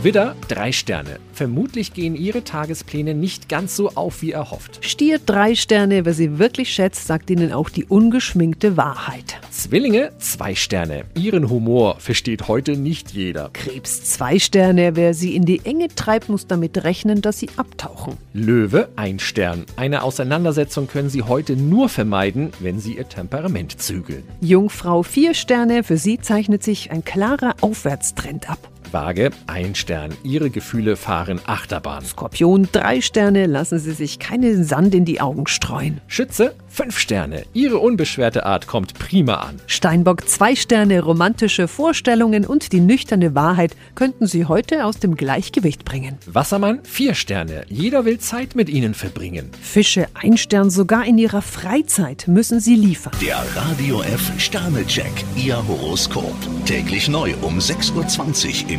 Widder, drei Sterne. Vermutlich gehen Ihre Tagespläne nicht ganz so auf wie erhofft. Stier drei Sterne, wer sie wirklich schätzt, sagt ihnen auch die ungeschminkte Wahrheit. Zwillinge, zwei Sterne. Ihren Humor versteht heute nicht jeder. Krebs zwei Sterne, wer sie in die Enge treibt, muss damit rechnen, dass sie abtauchen. Löwe, ein Stern. Eine Auseinandersetzung können Sie heute nur vermeiden, wenn Sie Ihr Temperament zügeln. Jungfrau vier Sterne, für sie zeichnet sich ein klarer Aufwärtstrend ab. Waage, ein Stern. Ihre Gefühle fahren Achterbahn. Skorpion drei Sterne, lassen sie sich keinen Sand in die Augen streuen. Schütze, fünf Sterne. Ihre unbeschwerte Art kommt prima an. Steinbock zwei Sterne, romantische Vorstellungen und die nüchterne Wahrheit könnten sie heute aus dem Gleichgewicht bringen. Wassermann, vier Sterne. Jeder will Zeit mit Ihnen verbringen. Fische ein Stern, sogar in ihrer Freizeit müssen sie liefern. Der Radio F Sternecheck, Ihr Horoskop. Täglich neu um 6.20 Uhr im